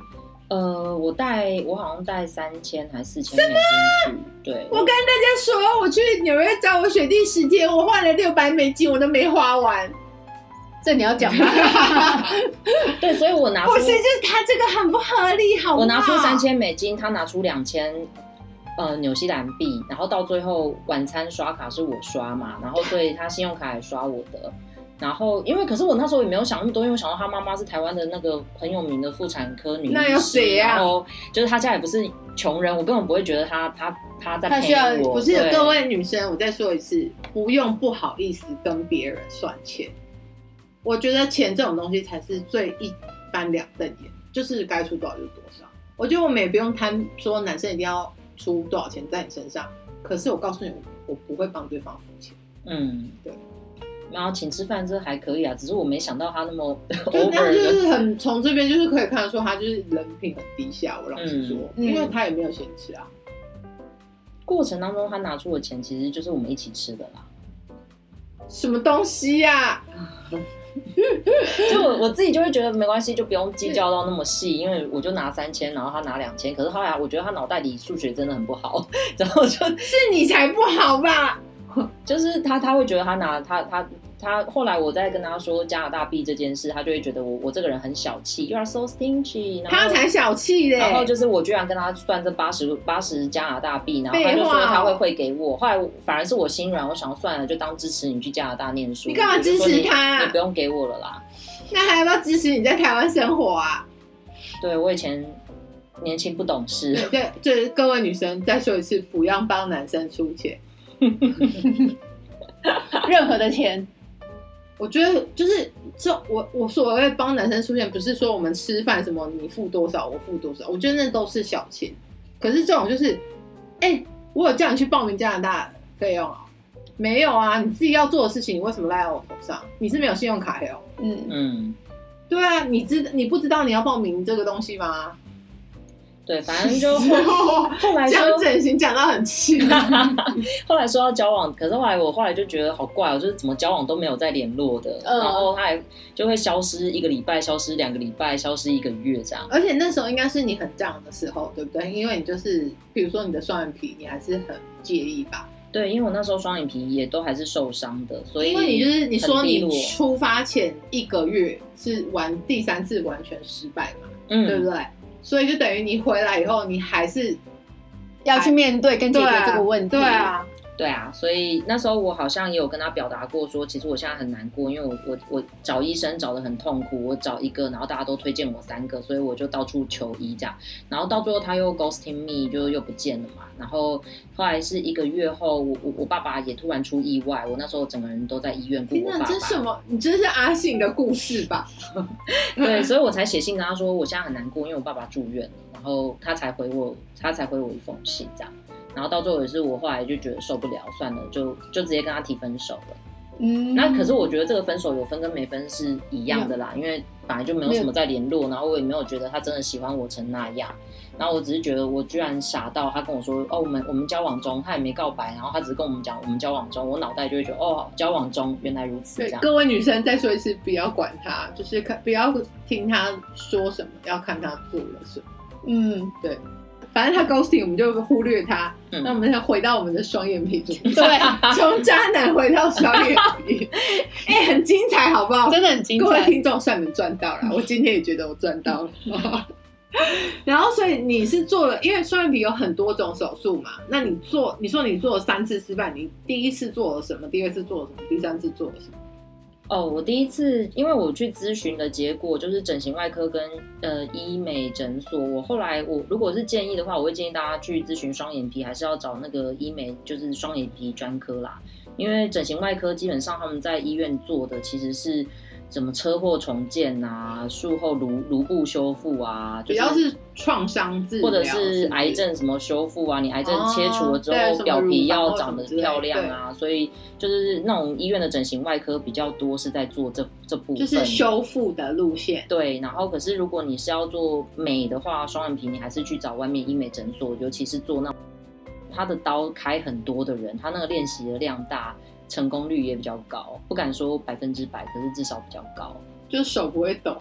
Speaker 3: 呃，我带我好像带三千还四千美金去，对，
Speaker 1: 我跟大家说，我去纽约找我学弟十天，我换了六百美金，我都没花完。
Speaker 2: 这你要讲 吗？
Speaker 3: 对，所以我拿出
Speaker 1: 不是，就是他这个很不合理，好不好
Speaker 3: 我拿出三，千美金，他拿出两千。呃，纽西兰币，然后到最后晚餐刷卡是我刷嘛，然后所以他信用卡也刷我的，然后因为可是我那时候也没有想那么多，因为我想到他妈妈是台湾的那个很有名的妇产科女医师，
Speaker 1: 那有谁啊
Speaker 3: 然后就是他家也不是穷人，我根本不会觉得他他他在
Speaker 2: 他
Speaker 3: 骗
Speaker 2: 需要
Speaker 3: 我，
Speaker 1: 不是
Speaker 3: 对
Speaker 1: 各位女生，我再说一次，不用不好意思跟别人算钱。我觉得钱这种东西才是最一翻两瞪眼，就是该出多少就多少。我觉得我们也不用贪说男生一定要出多少钱在你身上，可是我告诉你，我不会帮对方付钱。
Speaker 3: 嗯
Speaker 1: 对，
Speaker 3: 然后请吃饭这还可以啊，只是我没想到他那么
Speaker 1: 就那
Speaker 3: over
Speaker 1: 就
Speaker 3: 的，
Speaker 1: 是很从这边就是可以看得出他就是人品很低下。我老实说，
Speaker 2: 嗯
Speaker 1: 因为他也没有闲吃啊。
Speaker 3: 过程当中他拿出的钱其实就是我们一起吃的啦。
Speaker 1: 什么东西呀、
Speaker 3: 就我我自己就会觉得没关系，就不用
Speaker 1: 嗯
Speaker 3: 计较到那么细，因为我就拿三千，然后他拿两千。可是后来我觉得他脑袋里数学真的很不好， 然后就是
Speaker 1: 你才不好吧？
Speaker 3: 就是他他会觉得他拿他他他后来我在跟他说加拿大币这件事，他就会觉得我我这个人很小气，You are so stingy，然后
Speaker 1: 他才小气嘞。
Speaker 3: 然后就是我居然跟他算这八十八十加拿大币，然后他
Speaker 1: 废
Speaker 3: 就
Speaker 1: 话哦
Speaker 3: 说他会汇给我。后来我反而是我心软，我想算了，就当支持你去加拿大念书。
Speaker 1: 你干嘛
Speaker 3: 我就说
Speaker 1: 支持
Speaker 3: 你
Speaker 1: 他
Speaker 3: 你不用给我了啦。
Speaker 1: 那还要不要支持你在台湾生活啊？
Speaker 3: 对我以前年轻不 懂事，
Speaker 1: 对，就是各位女生再说一次，不要帮男生出钱。
Speaker 2: 任何的钱，
Speaker 1: 我觉得就是这，我我所谓帮男生出钱，不是说我们吃饭什么你付多少我付多少，我觉得那都是小钱。可是这种就是，哎、我有叫你去报名加拿大费用啊，没有啊，你自己要做的事情，你为什么赖在我头上？你是没有信用卡的哦。
Speaker 2: 嗯，
Speaker 3: 嗯，
Speaker 1: 对啊，你知你不知道你要报名这个东西吗？
Speaker 3: 对，反 正就后
Speaker 1: 啊
Speaker 3: 后来
Speaker 1: 讲
Speaker 3: 说
Speaker 1: 整形讲到很气，
Speaker 3: 后来说要交往，可是后来我后来就觉得好怪哦，就是怎么交往都没有再联络的，
Speaker 2: 嗯
Speaker 3: 然后他还就会消失一个礼拜，消失两个礼拜，消失一个月这样。
Speaker 1: 而且那时候应该是你很 down 的时候，对不对？因为你就是，比如说你的双眼皮，你还是很介意吧？
Speaker 3: 对，因为我那时候双眼皮也都还是受伤的，所以
Speaker 1: 因为你就是你说
Speaker 3: 很低
Speaker 1: 你
Speaker 3: 落
Speaker 1: 出发前一个月是完第三次完全失败嘛，对
Speaker 3: 嗯
Speaker 1: 不对？所以就等于你回来以后，你还是
Speaker 2: 要去面对跟解
Speaker 1: 对
Speaker 2: 决
Speaker 1: 啊
Speaker 2: 这个问题。
Speaker 1: 对，啊，
Speaker 3: 对啊，所以那时候我好像也有跟他表达过说，其实我现在很难过，因为我我我找医生找的很痛苦，我找一个，然后大家都推荐我三个，所以我就到处求医这样，然后到最后他又 ghosting me，就又不见了嘛，然后后来是一个月后，我我我爸爸也突然出意外，我那时候整个人都在医院顾
Speaker 1: 天
Speaker 3: 我
Speaker 1: 哪，
Speaker 3: 爸
Speaker 1: 你
Speaker 3: 爸，
Speaker 1: 这什么？你这是阿信的故事吧？
Speaker 3: 对，所以我才写信跟他说，我现在很难过，因为我爸爸住院了，然后他才回我，他才回我一封信这样，然后到最后也是我后来就觉得受不了，算了，就就直接跟他提分手了。
Speaker 2: 嗯，
Speaker 3: 那可是我觉得这个分手有分跟没分是一样的啦，因为本来就没有什么在联络，然后我也没有觉得他真的喜欢我成那样，然后我只是觉得我居然傻到他跟我说哦，我们我们交往中，他也没告白，然后他只是跟我们讲我们交往中，我脑袋就会觉得哦，交往中原来如此
Speaker 1: 对
Speaker 3: 这，样。
Speaker 1: 各位女生再说一次，不要管他，就是看不要听他说什么，要看他做了什么。
Speaker 2: 嗯，
Speaker 1: 反正他 ghosting，我们就忽略他。
Speaker 3: 嗯
Speaker 1: 那我们再回到我们的双眼皮主题，
Speaker 2: 对，
Speaker 1: 从渣男回到双眼 皮，哎、很精彩，好不好？
Speaker 2: 哦真的很精
Speaker 1: 各位
Speaker 2: 彩。
Speaker 1: 听众算你们赚到了，我今天也觉得我赚到 了。然后，所以你是做了，因为双眼皮有很多种手术嘛。那你做，你说你做了三次失败，你第一次做了什么？第二次做了什么？第三次做了什么？
Speaker 3: 哦，我第一次因为我去咨询的结果就是整形外科跟呃医美诊所，我后来我如果是建议的话，我会建议大家去咨询双眼皮，还是要找那个医美就是双眼皮专科啦，因为整形外科基本上他们在医院做的其实是什么车祸重建啊、术后颅颅部修复啊，就
Speaker 1: 主
Speaker 3: 是
Speaker 1: 要是创伤治疗，
Speaker 3: 或者是
Speaker 1: 不
Speaker 3: 癌症什么修复啊，你癌症切除了之
Speaker 1: 哦对
Speaker 3: 后
Speaker 1: 什，么
Speaker 3: 表皮
Speaker 1: 乳房
Speaker 3: 要
Speaker 1: 或
Speaker 3: 长
Speaker 1: 什么
Speaker 3: 得
Speaker 1: 之类
Speaker 3: 漂亮啊，所以就是那种医院的整形外科比较多是在做这这部
Speaker 1: 就
Speaker 3: 分，
Speaker 1: 是修复的路线。
Speaker 3: 对，然后可是如果你是要做美的话，双眼皮你还是去找外面医美诊所，尤其是做那种他的刀开很多的人，他那个练习的量大，成功率也比较高，不敢说百分之百，可是至少比较高。
Speaker 1: 就手不会 抖，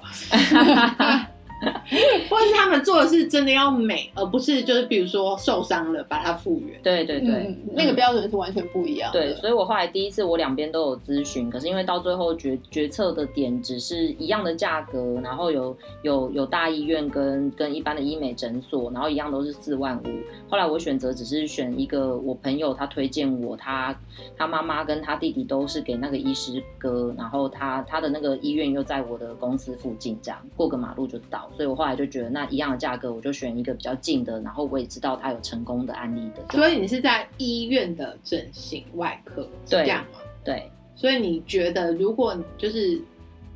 Speaker 1: 或者是他们做的是真的要美，而不是就是比如说受伤了把它复原。
Speaker 3: 对对对，
Speaker 2: 嗯，那个标准是完全不一样的。
Speaker 3: 对，所以我后来第一次我两边都有咨询，可是因为到最后决决策的点只是一样的价格，然后有有有大医院跟跟一般的医美诊所，然后一样都是四万五。后来我选择只是选一个我朋友他推荐我，他他妈妈跟他弟弟都是给那个医师哥，然后他他的那个医院又在我的公司附近，这样过个马路就到，所以我后来就觉得那一样的价格，我就选一个比较近的，然后我也知道他有成功的案例的这样，
Speaker 1: 所以你是在医院的整形外科，是
Speaker 3: 对
Speaker 1: 这样吗？
Speaker 3: 对。
Speaker 1: 所以你觉得如果就是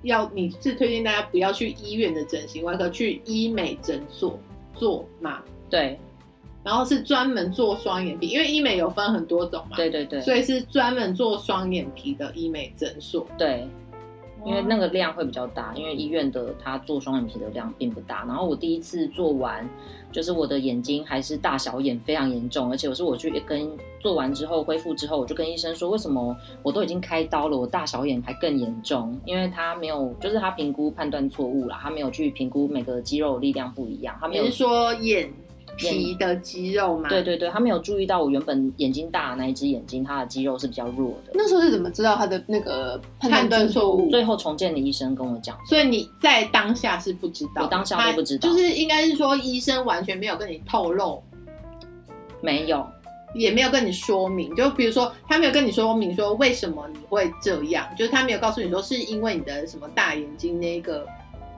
Speaker 1: 要你是推荐大家不要去医院的整形外科，去医美诊所做嘛？
Speaker 3: 对
Speaker 1: 然后是专门做双眼皮，因为医美有分很多种嘛，
Speaker 3: 对对对，
Speaker 1: 所以是专门做双眼皮的医美诊所。
Speaker 3: 对，因为那个量会比较大，因为医院的他做双眼皮的量并不大。然后我第一次做完，就是我的眼睛还是大小眼非常严重，而且我是我去跟做完之后恢复之后，我就跟医生说，为什么我都已经开刀了，我大小眼还更严重？因为他没有，就是他评估判断错误啦，他没有去评估每个肌肉力量不一样，他没
Speaker 1: 你
Speaker 3: 有
Speaker 1: 是说眼皮的肌肉吗？
Speaker 3: 对对对，他没有注意到我原本眼睛大的那一只眼睛，它的肌肉是比较弱的。
Speaker 2: 那时候是怎么知道他的那个
Speaker 1: 判断
Speaker 2: 断
Speaker 1: 错误
Speaker 3: 最后重建的医生跟我讲，
Speaker 1: 所以你在当下是不知道的，
Speaker 3: 我当下都不知
Speaker 1: 他
Speaker 3: 道
Speaker 1: 就是应该是说医生完全没有跟你透露，
Speaker 3: 没有，
Speaker 1: 也没有跟你说明。就比如说，他没有跟你说明说为什么你会这样，就是他没有告诉你说是因为你的什么大眼睛那个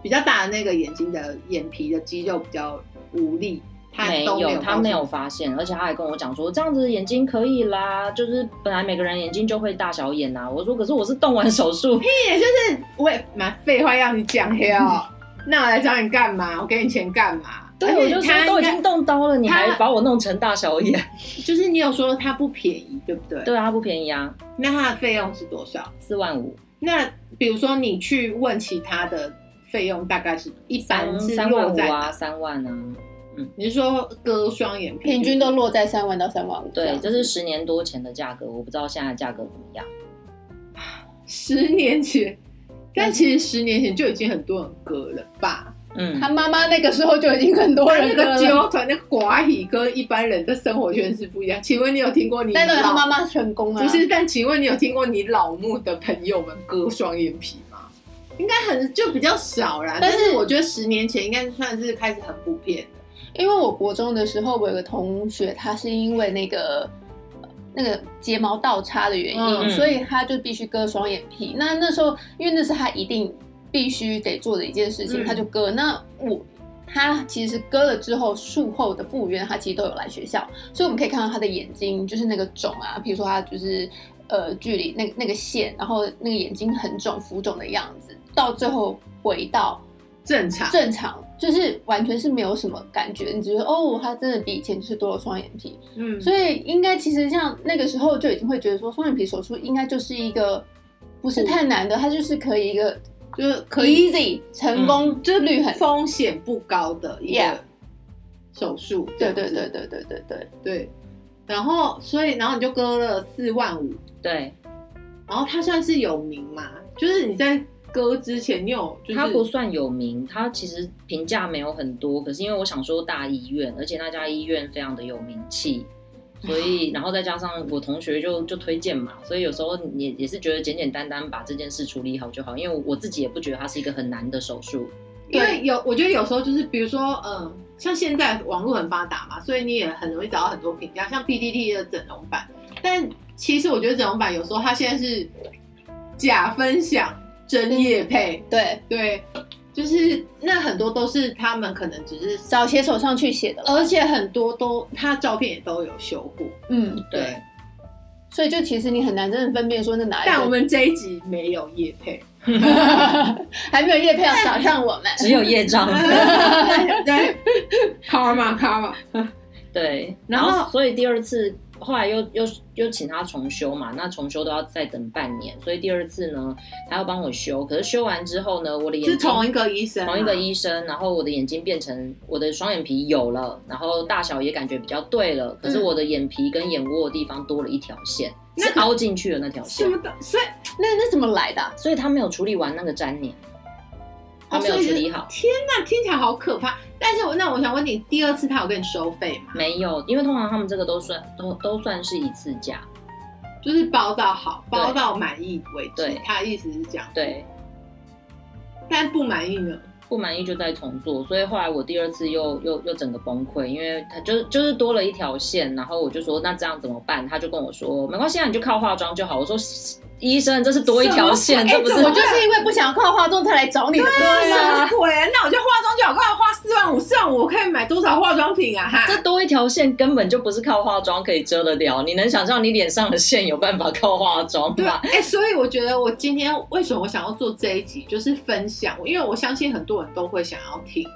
Speaker 1: 比较大的那个眼睛的眼皮的肌肉比较无力，他
Speaker 3: 没
Speaker 1: 都
Speaker 3: 有，
Speaker 1: 有，
Speaker 3: 他没有。发现，而且他还跟我讲说，这样子眼睛可以啦，就是本来每个人眼睛就会大小眼呐、我说，可是我是动完手 术，
Speaker 1: 你也 就是我也蛮废话要你讲的哦，那我来找你干嘛？我给你钱干嘛？
Speaker 3: 对，
Speaker 1: 而
Speaker 3: 我
Speaker 1: 且
Speaker 3: 就
Speaker 1: 他
Speaker 3: 说都已
Speaker 1: 应该
Speaker 3: 经动刀了，你
Speaker 1: 他
Speaker 3: 还把我弄成大小眼？
Speaker 1: 就是你有说它不便宜，对不对？
Speaker 3: 对啊，它不便宜啊，
Speaker 1: 那它的费用是多少？
Speaker 3: 四万五，
Speaker 1: 那比如说你去问其他的费用大概是一般
Speaker 3: 三
Speaker 1: 是
Speaker 3: 三
Speaker 1: 落
Speaker 3: 万五
Speaker 1: 在
Speaker 3: 啊，
Speaker 1: 哪？
Speaker 3: 三万啊，
Speaker 1: 你是说割双眼皮
Speaker 2: 平均都落在三万到三万五。
Speaker 3: 对，这是十年多前的价格，我不知道现在价格怎么样。
Speaker 1: 十年 前，但其实十年前就已经很多人割了吧？
Speaker 3: 嗯，
Speaker 2: 他妈妈那个时候就已经很多
Speaker 1: 他
Speaker 2: 人
Speaker 1: 那
Speaker 2: 割
Speaker 1: 个
Speaker 2: 了，
Speaker 1: 纠团那个寡语跟一般人的生活圈是不一样。请问你有听过你
Speaker 2: 但是他
Speaker 1: 老
Speaker 2: 妈妈成功了、啊
Speaker 1: 不是？但请问你有听过你老木的朋友们割双眼皮吗？应该很就比较少啦，
Speaker 2: 但
Speaker 1: 但
Speaker 2: 是
Speaker 1: 我觉得十年前应该算是开始很普遍的。
Speaker 2: 因为我国中的时候，我有个同学，他是因为那个呃那个睫毛倒插的原因，
Speaker 1: 嗯
Speaker 2: 所以他就必须割双眼皮。那那时候，因为那是他一定必须得做的一件事情，
Speaker 1: 嗯
Speaker 2: 他就割。那我他其实割了之后，术后的复原，他其实都有来学校，所以我们可以看到他的眼睛就是那个肿啊，比如说他就是呃距离那那个线，然后那个眼睛很肿、浮肿的样子，到最后回到
Speaker 1: 正常，
Speaker 2: 正常，就是完全是没有什么感觉，你只是哦，他真的比以前就是多了双眼皮，
Speaker 1: 嗯，
Speaker 2: 所以应该其实像那个时候就已经会觉得说双眼皮手术应该就是一个不是太难的，它就是可以一个
Speaker 1: 就是可以
Speaker 2: easy 成功就率很、
Speaker 1: 嗯风险不高的一
Speaker 2: Yeah
Speaker 1: 个手术。
Speaker 2: 对对对对对对对，
Speaker 1: 对，然后所以然后你就割了四万五，
Speaker 3: 对，
Speaker 1: 然后他算是有名嘛，就是你在割之前你有就是
Speaker 3: 它不算有名，它其实评价没有很多。可是因为我想说大医院，而且那家医院非常的有名气，所 以然后再加上我同学就就推荐嘛，所以有时候也也是觉得简简单单把这件事处理好就好。因为我我自己也不觉得它是一个很难的手术。
Speaker 1: 因为有我觉得有时候就是比如说嗯，像现在网络很发达嘛，所以你也很容易找到很多评价，像 PDD 的整容版，但其实我觉得整容版有时候它现在是假分享真业配，
Speaker 2: 对，
Speaker 1: 对，就是那很多都是他们可能只是。
Speaker 2: 找写手上去写的，
Speaker 1: 而且很多都，他照片也都有修过，
Speaker 2: 嗯，
Speaker 1: 对
Speaker 3: 对，
Speaker 2: 所以就其实你很难真的分辨说那哪一个，
Speaker 1: 但我们这一集没有叶配，
Speaker 2: 还没有叶配要找上我们，
Speaker 3: 只有业障。
Speaker 1: 对，karma karma，
Speaker 3: 对，
Speaker 1: 然
Speaker 3: 然
Speaker 1: 后
Speaker 3: 后所以第二次后来又又又请他重修嘛，那重修都要再等半年，所以第二次呢，他要帮我修，可是修完之后呢，我的眼睛
Speaker 1: 是同一个医生啊吗，
Speaker 3: 同一个医生，然后我的眼睛变成我的双眼皮有了，然后大小也感觉比较对了，可是我的眼皮跟眼窝的地方多了一条线，
Speaker 1: 嗯那
Speaker 3: 是凹进去的那条
Speaker 1: 什
Speaker 3: 线
Speaker 1: 么，的，所以
Speaker 2: 那那怎么来的啊、
Speaker 3: 所以他没有处理完那个粘连，他没有
Speaker 1: 哦所以
Speaker 3: 处
Speaker 1: 是
Speaker 3: 理好。
Speaker 1: 天哪，听起来好可怕。但是我那我想问你，第二次他有跟你收费吗？
Speaker 3: 没有，因为通常他们这个都算都都算是一次价，
Speaker 1: 就是包到好，
Speaker 3: 对
Speaker 1: 包到满意为止
Speaker 3: 对。
Speaker 1: 他的意思是这样，
Speaker 3: 对，
Speaker 1: 但不满意呢？
Speaker 3: 不满意就再重做，所以后来我第二次又又又整个崩溃，因为他就是就是多了一条线，然后我就说那这样怎么办？他就跟我说没关系，啊，你就靠化妆就好。我说医生这是多一条线，
Speaker 1: 什
Speaker 3: 这
Speaker 1: 么
Speaker 3: 不
Speaker 1: 鬼
Speaker 3: 是
Speaker 1: 哎
Speaker 2: 我就是因为不想靠化妆才来找你的，
Speaker 1: 什
Speaker 2: 对啊
Speaker 1: 么鬼啊？那我就化妆就好，干嘛花四万五？四万五我可以买多少化妆品啊？哈，
Speaker 3: 这多一条线根本就不是靠化妆可以遮得了。你能想象你脸上的线有办法靠化妆
Speaker 1: 对，
Speaker 3: 吗？
Speaker 1: 哎、所以我觉得我今天为什么我想要做这一集，就是分享，因为我相信很多人都会想要听，就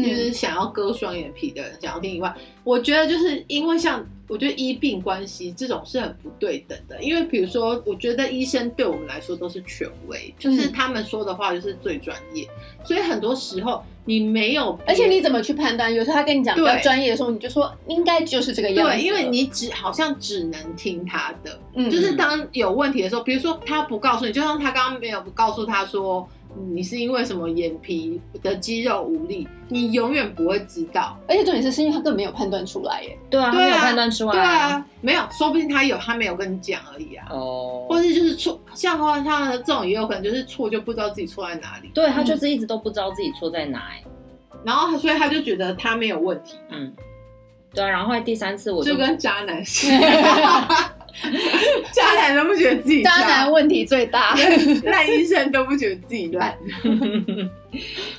Speaker 2: 嗯
Speaker 1: 是想要割双眼皮的人想要听以外，我觉得就是因为像我觉得医病关系这种是很不对等的，因为比如说，我觉得医生对我们来说都是权威，
Speaker 2: 嗯
Speaker 1: 就是他们说的话就是最专业，所以很多时候你没有别，
Speaker 2: 而且你怎么去判断？有时候他跟你讲比较
Speaker 1: 对
Speaker 2: 专业的时候，你就说应该就是这个样子了。
Speaker 1: 对，因为你只好像只能听他的，
Speaker 2: 嗯
Speaker 1: 就是当有问题的时候，比如说他不告诉你，就像他刚刚没有告诉他说、嗯你是因为什么眼皮的肌肉无力，你永远不会知道。
Speaker 2: 而且重点是，是因为他根本没有判断出来耶。
Speaker 3: 对啊，他
Speaker 1: 对啊
Speaker 3: 没有判断出来。
Speaker 1: 对，啊，没有，说不定他有，他没有跟你讲而已啊。
Speaker 3: 哦，
Speaker 1: 或是就是错，像他他这种也有可能就是错，就不知道自己错在哪里。
Speaker 3: 对他就是一直都不知道自己错在哪、欸。
Speaker 1: 然后他所以他就觉得他没有问题，
Speaker 3: 嗯，对啊，然后后来第三次我
Speaker 1: 就跟渣男似的。渣男都不觉得自己
Speaker 2: 渣男问题最大。
Speaker 1: 烂医生都不觉得自己烂。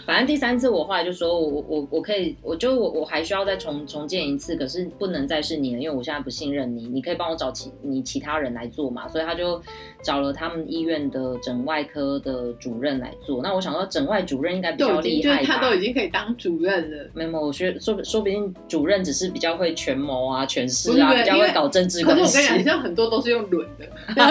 Speaker 3: 反正第三次我后来就说我我我可以，我就我我还需要再重重建一次，可是不能再是你了，因为我现在不信任你，你可以帮我找其你其他人来做嘛，所以他就找了他们医院的整外科的主任来做。那我想说，整外主任应该比较
Speaker 1: 都已经
Speaker 3: 厉
Speaker 1: 就是
Speaker 3: 害
Speaker 1: 他都
Speaker 3: 吧
Speaker 1: 已。经可以当主任了。
Speaker 3: 没有，没有我学说说不定主任只是比较会权谋啊、权
Speaker 1: 不
Speaker 3: 势
Speaker 1: 是
Speaker 3: 啊，
Speaker 1: 不是
Speaker 3: 比较
Speaker 1: 因
Speaker 3: 会
Speaker 1: 为
Speaker 3: 搞政治
Speaker 1: 可
Speaker 3: 关
Speaker 1: 是我跟你讲，
Speaker 3: 系
Speaker 1: 现。在很多都是用轮的，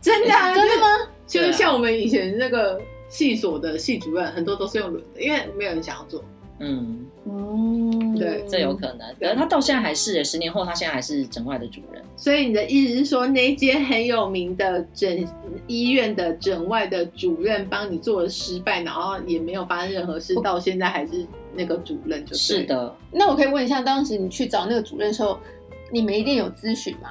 Speaker 1: 真的啊，
Speaker 2: 真的吗？
Speaker 1: 就
Speaker 3: 对
Speaker 1: 是
Speaker 3: 啊
Speaker 1: 像我们以前那个系所的系主任，很多都是用轮的，因为没有人想要做。
Speaker 3: 嗯，
Speaker 2: 嗯，
Speaker 1: 对
Speaker 3: 这有可能。可是他到现在还是，十年后他现在还是整外的主任。
Speaker 1: 所以你的意思是说，那一间很有名的诊医院的诊外的主任帮你做了失败，然后也没有发生任何事，到现在还是那个主任就是对了。
Speaker 3: 的，
Speaker 2: 那我可以问一下，当时你去找那个主任的时候，你们一定有咨询吗？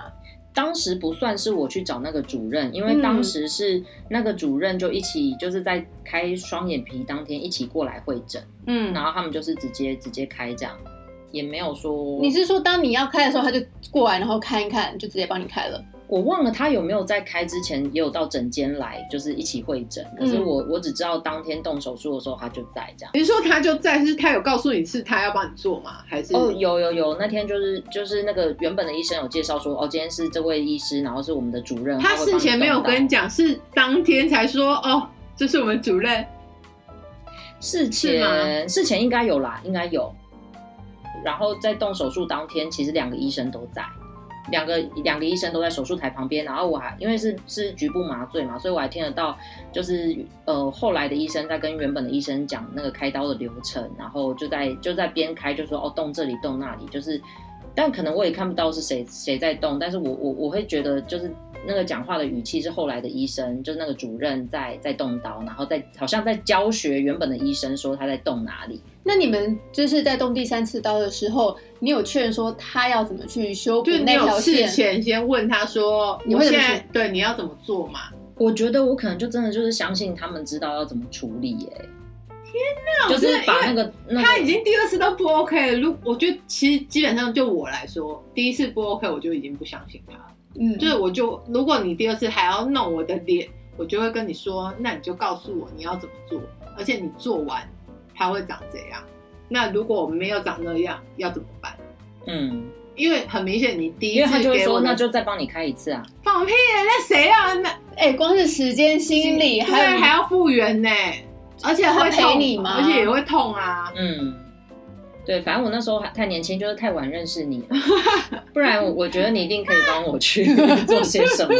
Speaker 3: 当时不算是我去找那个主任，
Speaker 1: 嗯
Speaker 3: 因为当时是那个主任就一起就是在开双眼皮当天一起过来会诊，
Speaker 1: 嗯
Speaker 3: 然后他们就是直接直接开这样，也没有说
Speaker 2: 你是说当你要开的时候，他就过来，然后看一看，就直接帮你开了？
Speaker 3: 我忘了他有没有在开之前也有到诊间来，就是一起会诊，可
Speaker 1: 嗯
Speaker 3: 是我、我只知道当天动手术的时候他就在这样。
Speaker 1: 你是说他就在，是他有告诉你是他要帮你做吗？还是
Speaker 3: 哦，有有有，那天就是就是那个原本的医生有介绍说，哦，今天是这位医师，然后是我们的主任，
Speaker 1: 他
Speaker 3: 会帮
Speaker 1: 事
Speaker 3: 你
Speaker 1: 前没有
Speaker 3: 动刀
Speaker 1: 跟你讲，是当天才说哦，这是我们主任。
Speaker 3: 事
Speaker 1: 是
Speaker 3: 前事前应该有啦，应该有。然后在动手术当天，其实两个医生都在，两个两个医生都在手术台旁边。然后我还因为是是局部麻醉嘛，所以我还听得到，就是呃后来的医生在跟原本的医生讲那个开刀的流程，然后就在就在边开就说哦动这里动那里，就是但可能我也看不到是谁谁在动，但是我我我会觉得就是那个讲话的语气是后来的医生，就是那个主任在在动刀，然后在好像在教学原本的医生说他在动哪里。
Speaker 2: 那你们就是在动第三次刀的时候，你有确认说他要怎么去修补
Speaker 1: 就是你
Speaker 2: 那条
Speaker 1: 有事
Speaker 2: 线？
Speaker 1: 前先问他说，
Speaker 2: 你
Speaker 1: 我
Speaker 2: 会
Speaker 1: 现
Speaker 2: 怎么
Speaker 1: 在
Speaker 2: 说
Speaker 1: 对你要怎么做嘛？
Speaker 3: 我觉得我可能就真的就是相信他们知道要怎么处理耶、
Speaker 1: 那
Speaker 3: 就
Speaker 1: 我
Speaker 3: 是
Speaker 1: 真的
Speaker 3: 把
Speaker 1: 因
Speaker 3: 那
Speaker 1: 为
Speaker 3: 个那
Speaker 1: 他
Speaker 3: 个
Speaker 1: 已经第二次都不 OK 了。如我觉得其实基本上就我来说，第一次不 OK 我就已经不相信他了。
Speaker 2: 嗯，
Speaker 1: 就是我就如果你第二次还要弄我的脸，我就会跟你说，那你就告诉我你要怎么做，而且你做完它会长怎样。那如果我没有长那样，要怎么办？
Speaker 3: 嗯，因
Speaker 1: 因为很明显，你第
Speaker 3: 为
Speaker 1: 一
Speaker 3: 他
Speaker 1: 次
Speaker 3: 就会
Speaker 1: 给
Speaker 3: 说
Speaker 1: 我的
Speaker 3: 那就再帮你开一次啊。
Speaker 1: 放屁耶、那谁啊？那
Speaker 2: 哎、光是时间、心理，
Speaker 1: 对啊
Speaker 2: 还有
Speaker 1: 还要复原呢、而且会
Speaker 2: 他
Speaker 1: 痛
Speaker 2: 陪你吗
Speaker 1: 而且也会痛啊。
Speaker 3: 嗯，对，反正我那时候还太年轻，就是太晚认识 你了，不然我我觉得你一定可以帮我去做些什么。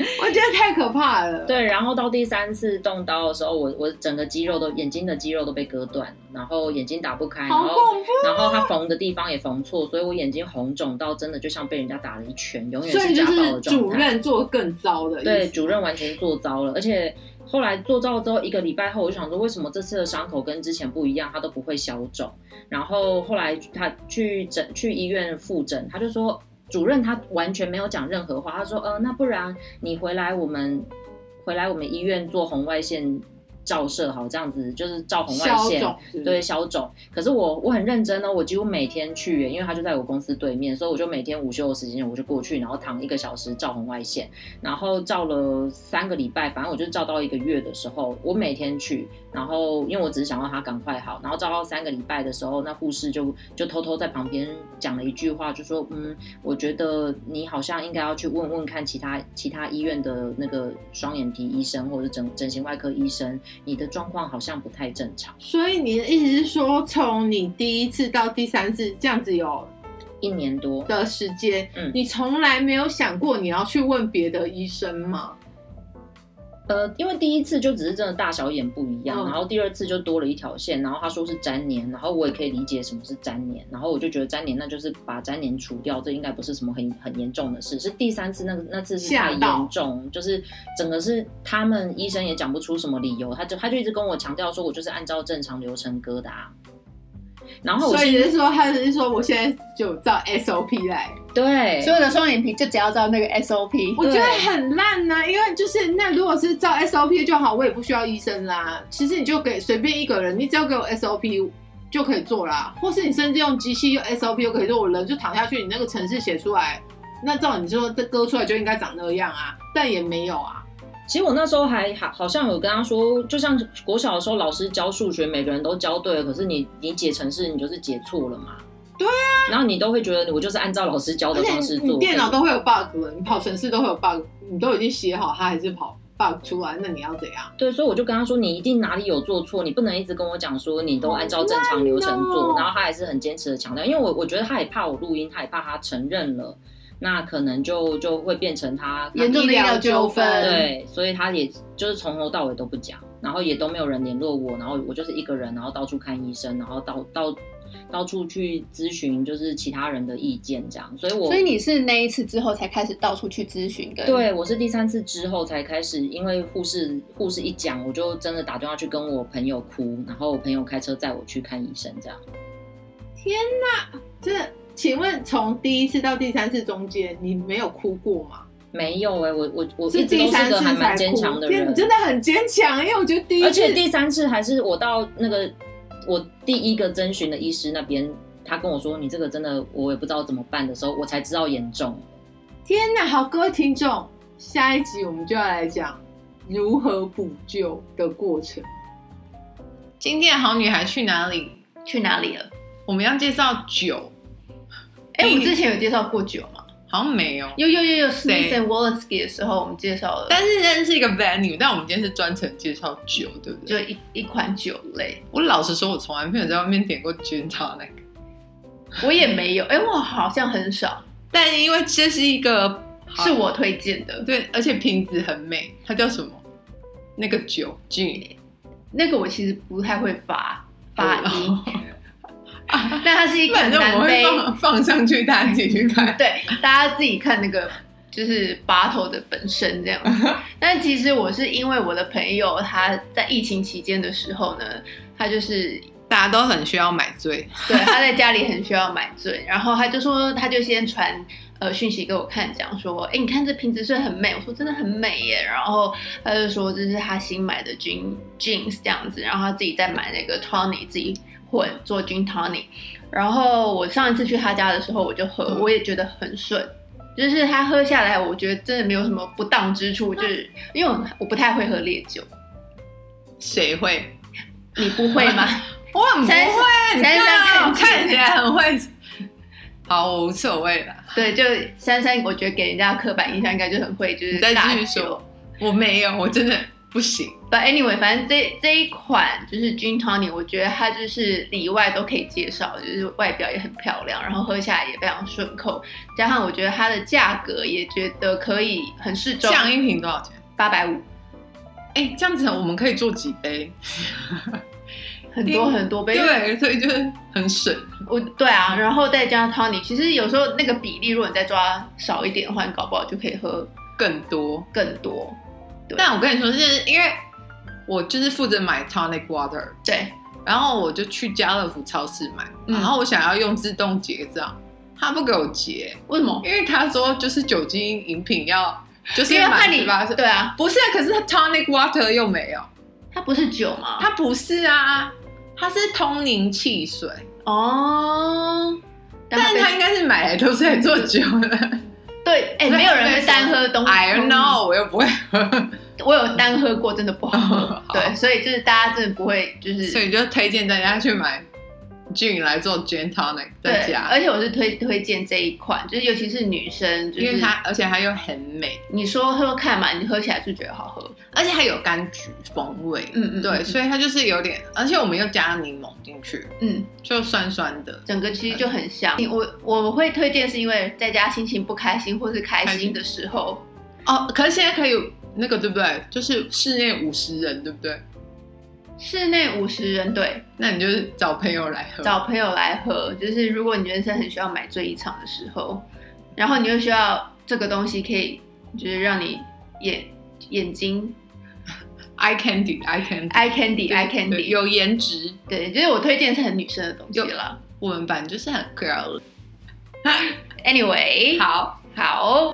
Speaker 1: 我觉得太可怕了。，
Speaker 3: 对，然后到第三次动刀的时候，我我整个肌肉都眼睛的肌肉都被割断，然后眼睛打不开，然
Speaker 1: 好
Speaker 3: 后
Speaker 1: 恐怖。啊
Speaker 3: 然后他缝的地方也缝错，所以我眼睛红肿到真的就像被人家打了一拳，永远
Speaker 1: 所以
Speaker 3: 家
Speaker 1: 就
Speaker 3: 暴
Speaker 1: 是
Speaker 3: 的状
Speaker 1: 主
Speaker 3: 态。
Speaker 1: 任做更糟的意思，
Speaker 3: 对，主任完全做糟了，而且后来做糟了之后，一个礼拜后，我就想说，为什么这次的伤口跟之前不一样，它都不会消肿？然后后来他去诊去医院复诊，他就说主任他完全没有讲任何话，他说呃那不然你回来我们回来我们医院做红外线照射好，这样子就是照红外
Speaker 1: 消
Speaker 3: 线，
Speaker 1: 肿是不是
Speaker 3: 对，消肿。可是我我很认真哦，我几乎每天去耶，因为他就在我公司对面，所以我就每天午休的时间我就过去，然后躺一个小时照红外线，然后照了三个礼拜，反正我就照到一个月的时候，我每天去，然后因为我只是想要他赶快好，然后照到三个礼拜的时候，那护士就就偷偷在旁边讲了一句话，就说嗯，我觉得你好像应该要去问问看其他其他医院的那个双眼皮医生或者整整形外科医生，你的状况好像不太正常。
Speaker 1: 所以你的意思是说，从你第一次到第三次这样子有
Speaker 3: 一年多，
Speaker 1: 的时间，
Speaker 3: 嗯
Speaker 1: 你从来没有想过你要去问别的医生吗？
Speaker 3: 呃，因为第一次就只是真的大小眼不一样，
Speaker 1: 嗯
Speaker 3: 然后第二次就多了一条线，然后他说是粘连，然后我也可以理解什么是粘连，然后我就觉得粘连那就是把粘连除掉，这应该不是什么很很严重的事。是第三次那个那次是太
Speaker 1: 吓到
Speaker 3: 严重，就是整个是他们医生也讲不出什么理由，他就他就一直跟我强调说我就是按照正常流程割的啊。然后我
Speaker 1: 所以
Speaker 3: 心
Speaker 1: 你是说，他只是说我现在就照 SOP 来，
Speaker 3: 对，
Speaker 2: 所有的双眼皮就只要照那个 SOP。
Speaker 1: 我觉得很烂呐、因为就是那如果是照 SOP 就好，我也不需要医生啦。其实你就给随便一个人，你只要给我 SOP 就可以做啦，或是你甚至用机器用 SOP 就可以做，我人就躺下去，你那个程式写出来，那照你说这割出来就应该长那样啊，但也没有啊。
Speaker 3: 其实我那时候还好，好像有跟他说，就像国小的时候，老师教数学，每个人都教对了，可是你你解程式，你就是解错了嘛。
Speaker 1: 对
Speaker 3: 啊。然后你都会觉得我就是按照老师教的
Speaker 1: 而
Speaker 3: 方式
Speaker 1: 且
Speaker 3: 做。
Speaker 1: 你电脑都会有 bug 了，你跑程式都会有 bug，你都已经写好，它还是跑 bug 出来，那你要怎样？
Speaker 3: 对，所以我就跟他说，你一定哪里有做错，你不能一直跟我讲说你都按照正常流程
Speaker 1: 好
Speaker 3: 做。
Speaker 1: 烂哦
Speaker 3: 然后他还是很坚持的强调，因为我我觉得他也怕我录音，他也怕他承认了，那可能就就会变成他
Speaker 2: 严重的医疗纠纷
Speaker 3: 对，所以他也就是从头到尾都不讲，然后也都没有人联络我，然后我就是一个人，然后到处看医生，然后到到到处去咨询，就是其他人的意见这样。所以我
Speaker 2: 所以你是那一次之后才开始到处去咨询跟
Speaker 3: 对，我是第三次之后才开始，因为护士护士一讲，我就真的打电话去跟我朋友哭，然后我朋友开车载我去看医生，这样。
Speaker 1: 这请问从第一次到第三次中间，你没有哭过吗？
Speaker 3: 没有哎、我我我一直都
Speaker 1: 第三
Speaker 3: 是
Speaker 1: 次
Speaker 3: 个还
Speaker 1: 才
Speaker 3: 蛮
Speaker 1: 哭，
Speaker 3: 坚强的
Speaker 1: 天
Speaker 3: 人
Speaker 1: 你，真的很坚强，因为我觉得第一
Speaker 3: 而
Speaker 1: 次
Speaker 3: 且第三次还是我到那个我第一个征询的医师那边，他跟我说你这个真的我也不知道怎么办的时候，我才知道严重。
Speaker 1: 天哪！好，各位听众，下一集我们就要来讲如何补救的过程。今天的好女孩去哪里？
Speaker 2: 去哪里了？
Speaker 1: 我们要介绍酒，
Speaker 2: 哎、我们
Speaker 1: 嗯
Speaker 2: 之前有介绍过酒吗？
Speaker 1: 好像没有。
Speaker 2: 有有有有 s m i
Speaker 1: 谁
Speaker 2: t h and Wolenski 的时候，我们介绍了
Speaker 1: 但是那是一个 venue，但我们今天是专程介绍酒，对不
Speaker 2: 就
Speaker 1: 对？
Speaker 2: 一一款酒类，
Speaker 1: 我老实说，我从来没有在外面点过 gin tonic，
Speaker 2: 我也没有，哎、我好像很少，
Speaker 1: 但因为这是一个
Speaker 2: 是我推荐的，
Speaker 1: 对，而且瓶子很美，它叫什么？那个酒 gin，
Speaker 2: 那个我其实不太会发发音，
Speaker 1: 啊
Speaker 2: 但它是一款
Speaker 1: 反正我
Speaker 2: 南
Speaker 1: 会
Speaker 2: 非，
Speaker 1: 放放上去，大家自 己去看。
Speaker 2: 对，大家自己看那个就是拔头的本身这样子。但其实我是因为我的朋友他在疫情期间的时候呢，他就是
Speaker 1: 大家都很需要买醉，
Speaker 2: 对，他在家里很需要买醉，然后他就说，他就先传呃讯息给我看，讲说，哎，你看这瓶子是不是很美，我说真的很美耶。然后他就说这是他新买的 gin jeans 这样子，然后他自己再买那个 tonic 自己混做 gin tonic。然后我上一次去他家的时候，我就喝，
Speaker 1: 嗯
Speaker 2: 我也觉得很顺。就是他喝下来，我觉得真的没有什么不当之处，就是因为我我不太会喝烈酒，
Speaker 1: 谁会？
Speaker 2: 你不会吗？
Speaker 1: 我很不
Speaker 2: 三十
Speaker 1: 会，你
Speaker 2: 三十
Speaker 1: 看
Speaker 2: 三
Speaker 1: 我
Speaker 2: 看起来
Speaker 1: 看起来很会。好，我无所谓了。
Speaker 2: 对，就珊珊，我觉得给人家的刻板印象应该就很会，就是
Speaker 1: 你再
Speaker 2: 大
Speaker 1: 继续
Speaker 2: 酒
Speaker 1: 说。我没有，我真的不行。
Speaker 2: But anyway，反正这这一款就是 Gin Tonic，我觉得它就是里外都可以介绍，就是外表也很漂亮，然后喝下来也非常顺口，加上我觉得它的价格也觉得可以很适中
Speaker 1: 这，样一瓶多少钱？
Speaker 2: 八百五，
Speaker 1: 哎、这样子我们可以做几杯？
Speaker 2: 很多很多杯。
Speaker 1: 对，所以就是很省。
Speaker 2: 我对啊，然后再加上 Tonic，其实有时候那个比例，如果你再抓少一点的话，你搞不好就可以喝
Speaker 1: 更多。
Speaker 2: 更多。对
Speaker 1: 但我跟你说，就是因为我就是负责买 tonic water，
Speaker 2: 对，
Speaker 1: 然后我就去家乐福超市买，
Speaker 2: 嗯
Speaker 1: 然后我想要用自动结账，他不给我结，
Speaker 2: 为什么？
Speaker 1: 因为他说就是酒精饮品要就是
Speaker 2: 因为怕
Speaker 1: 满
Speaker 2: 你
Speaker 1: 十八岁，
Speaker 2: 对哦啊，
Speaker 1: 不是啊，可是 tonic water 又没有，
Speaker 2: 它不是酒吗？
Speaker 1: 它不是啊，它是通灵汽水，
Speaker 2: 哦，但
Speaker 1: 但是他应该是买来都是在做酒的。
Speaker 2: 对， 哎、没有人会单喝东西。
Speaker 1: I don't know，我又不会喝，
Speaker 2: 我有单喝过，真的不好喝
Speaker 1: 哦好。
Speaker 2: 对，所以就是大家真的不会，就是
Speaker 1: 所以就推荐大家去买 gin 来做 gin tonic 在
Speaker 2: 对，
Speaker 1: 家。
Speaker 2: 而且我是推推荐这一款，就是尤其是女生，就是
Speaker 1: 因为它，而且它又很美，
Speaker 2: 你说喝看嘛，你喝起来是觉得好喝。
Speaker 1: 而且它有柑橘风味，
Speaker 2: 嗯嗯，
Speaker 1: 对，
Speaker 2: 嗯
Speaker 1: 所以它就是有点，而且我们又加柠檬进去，
Speaker 2: 嗯，
Speaker 1: 就酸酸的。
Speaker 2: 整个其实就很香。
Speaker 1: 嗯
Speaker 2: 我我会推荐是因为在家心情不开心或是开
Speaker 1: 开心
Speaker 2: 心的时候，
Speaker 1: 哦，可是现在可以那个对不对？就是室内五十人对不对？
Speaker 2: 室内五十人对，
Speaker 1: 那你就是找朋友来喝，
Speaker 2: 找朋友来喝，就是如果你人生很需要买醉一场的时候，然后你又需要这个东西可以，就是让你眼眼睛
Speaker 1: eye candy，eye candy。
Speaker 2: eye candy eye
Speaker 1: 对
Speaker 2: candy，
Speaker 1: 有颜值，
Speaker 2: 对，就是我推荐是很女生的东西啦。
Speaker 1: 我们班就是很 girl。
Speaker 2: Anyway，
Speaker 1: 好，
Speaker 2: 好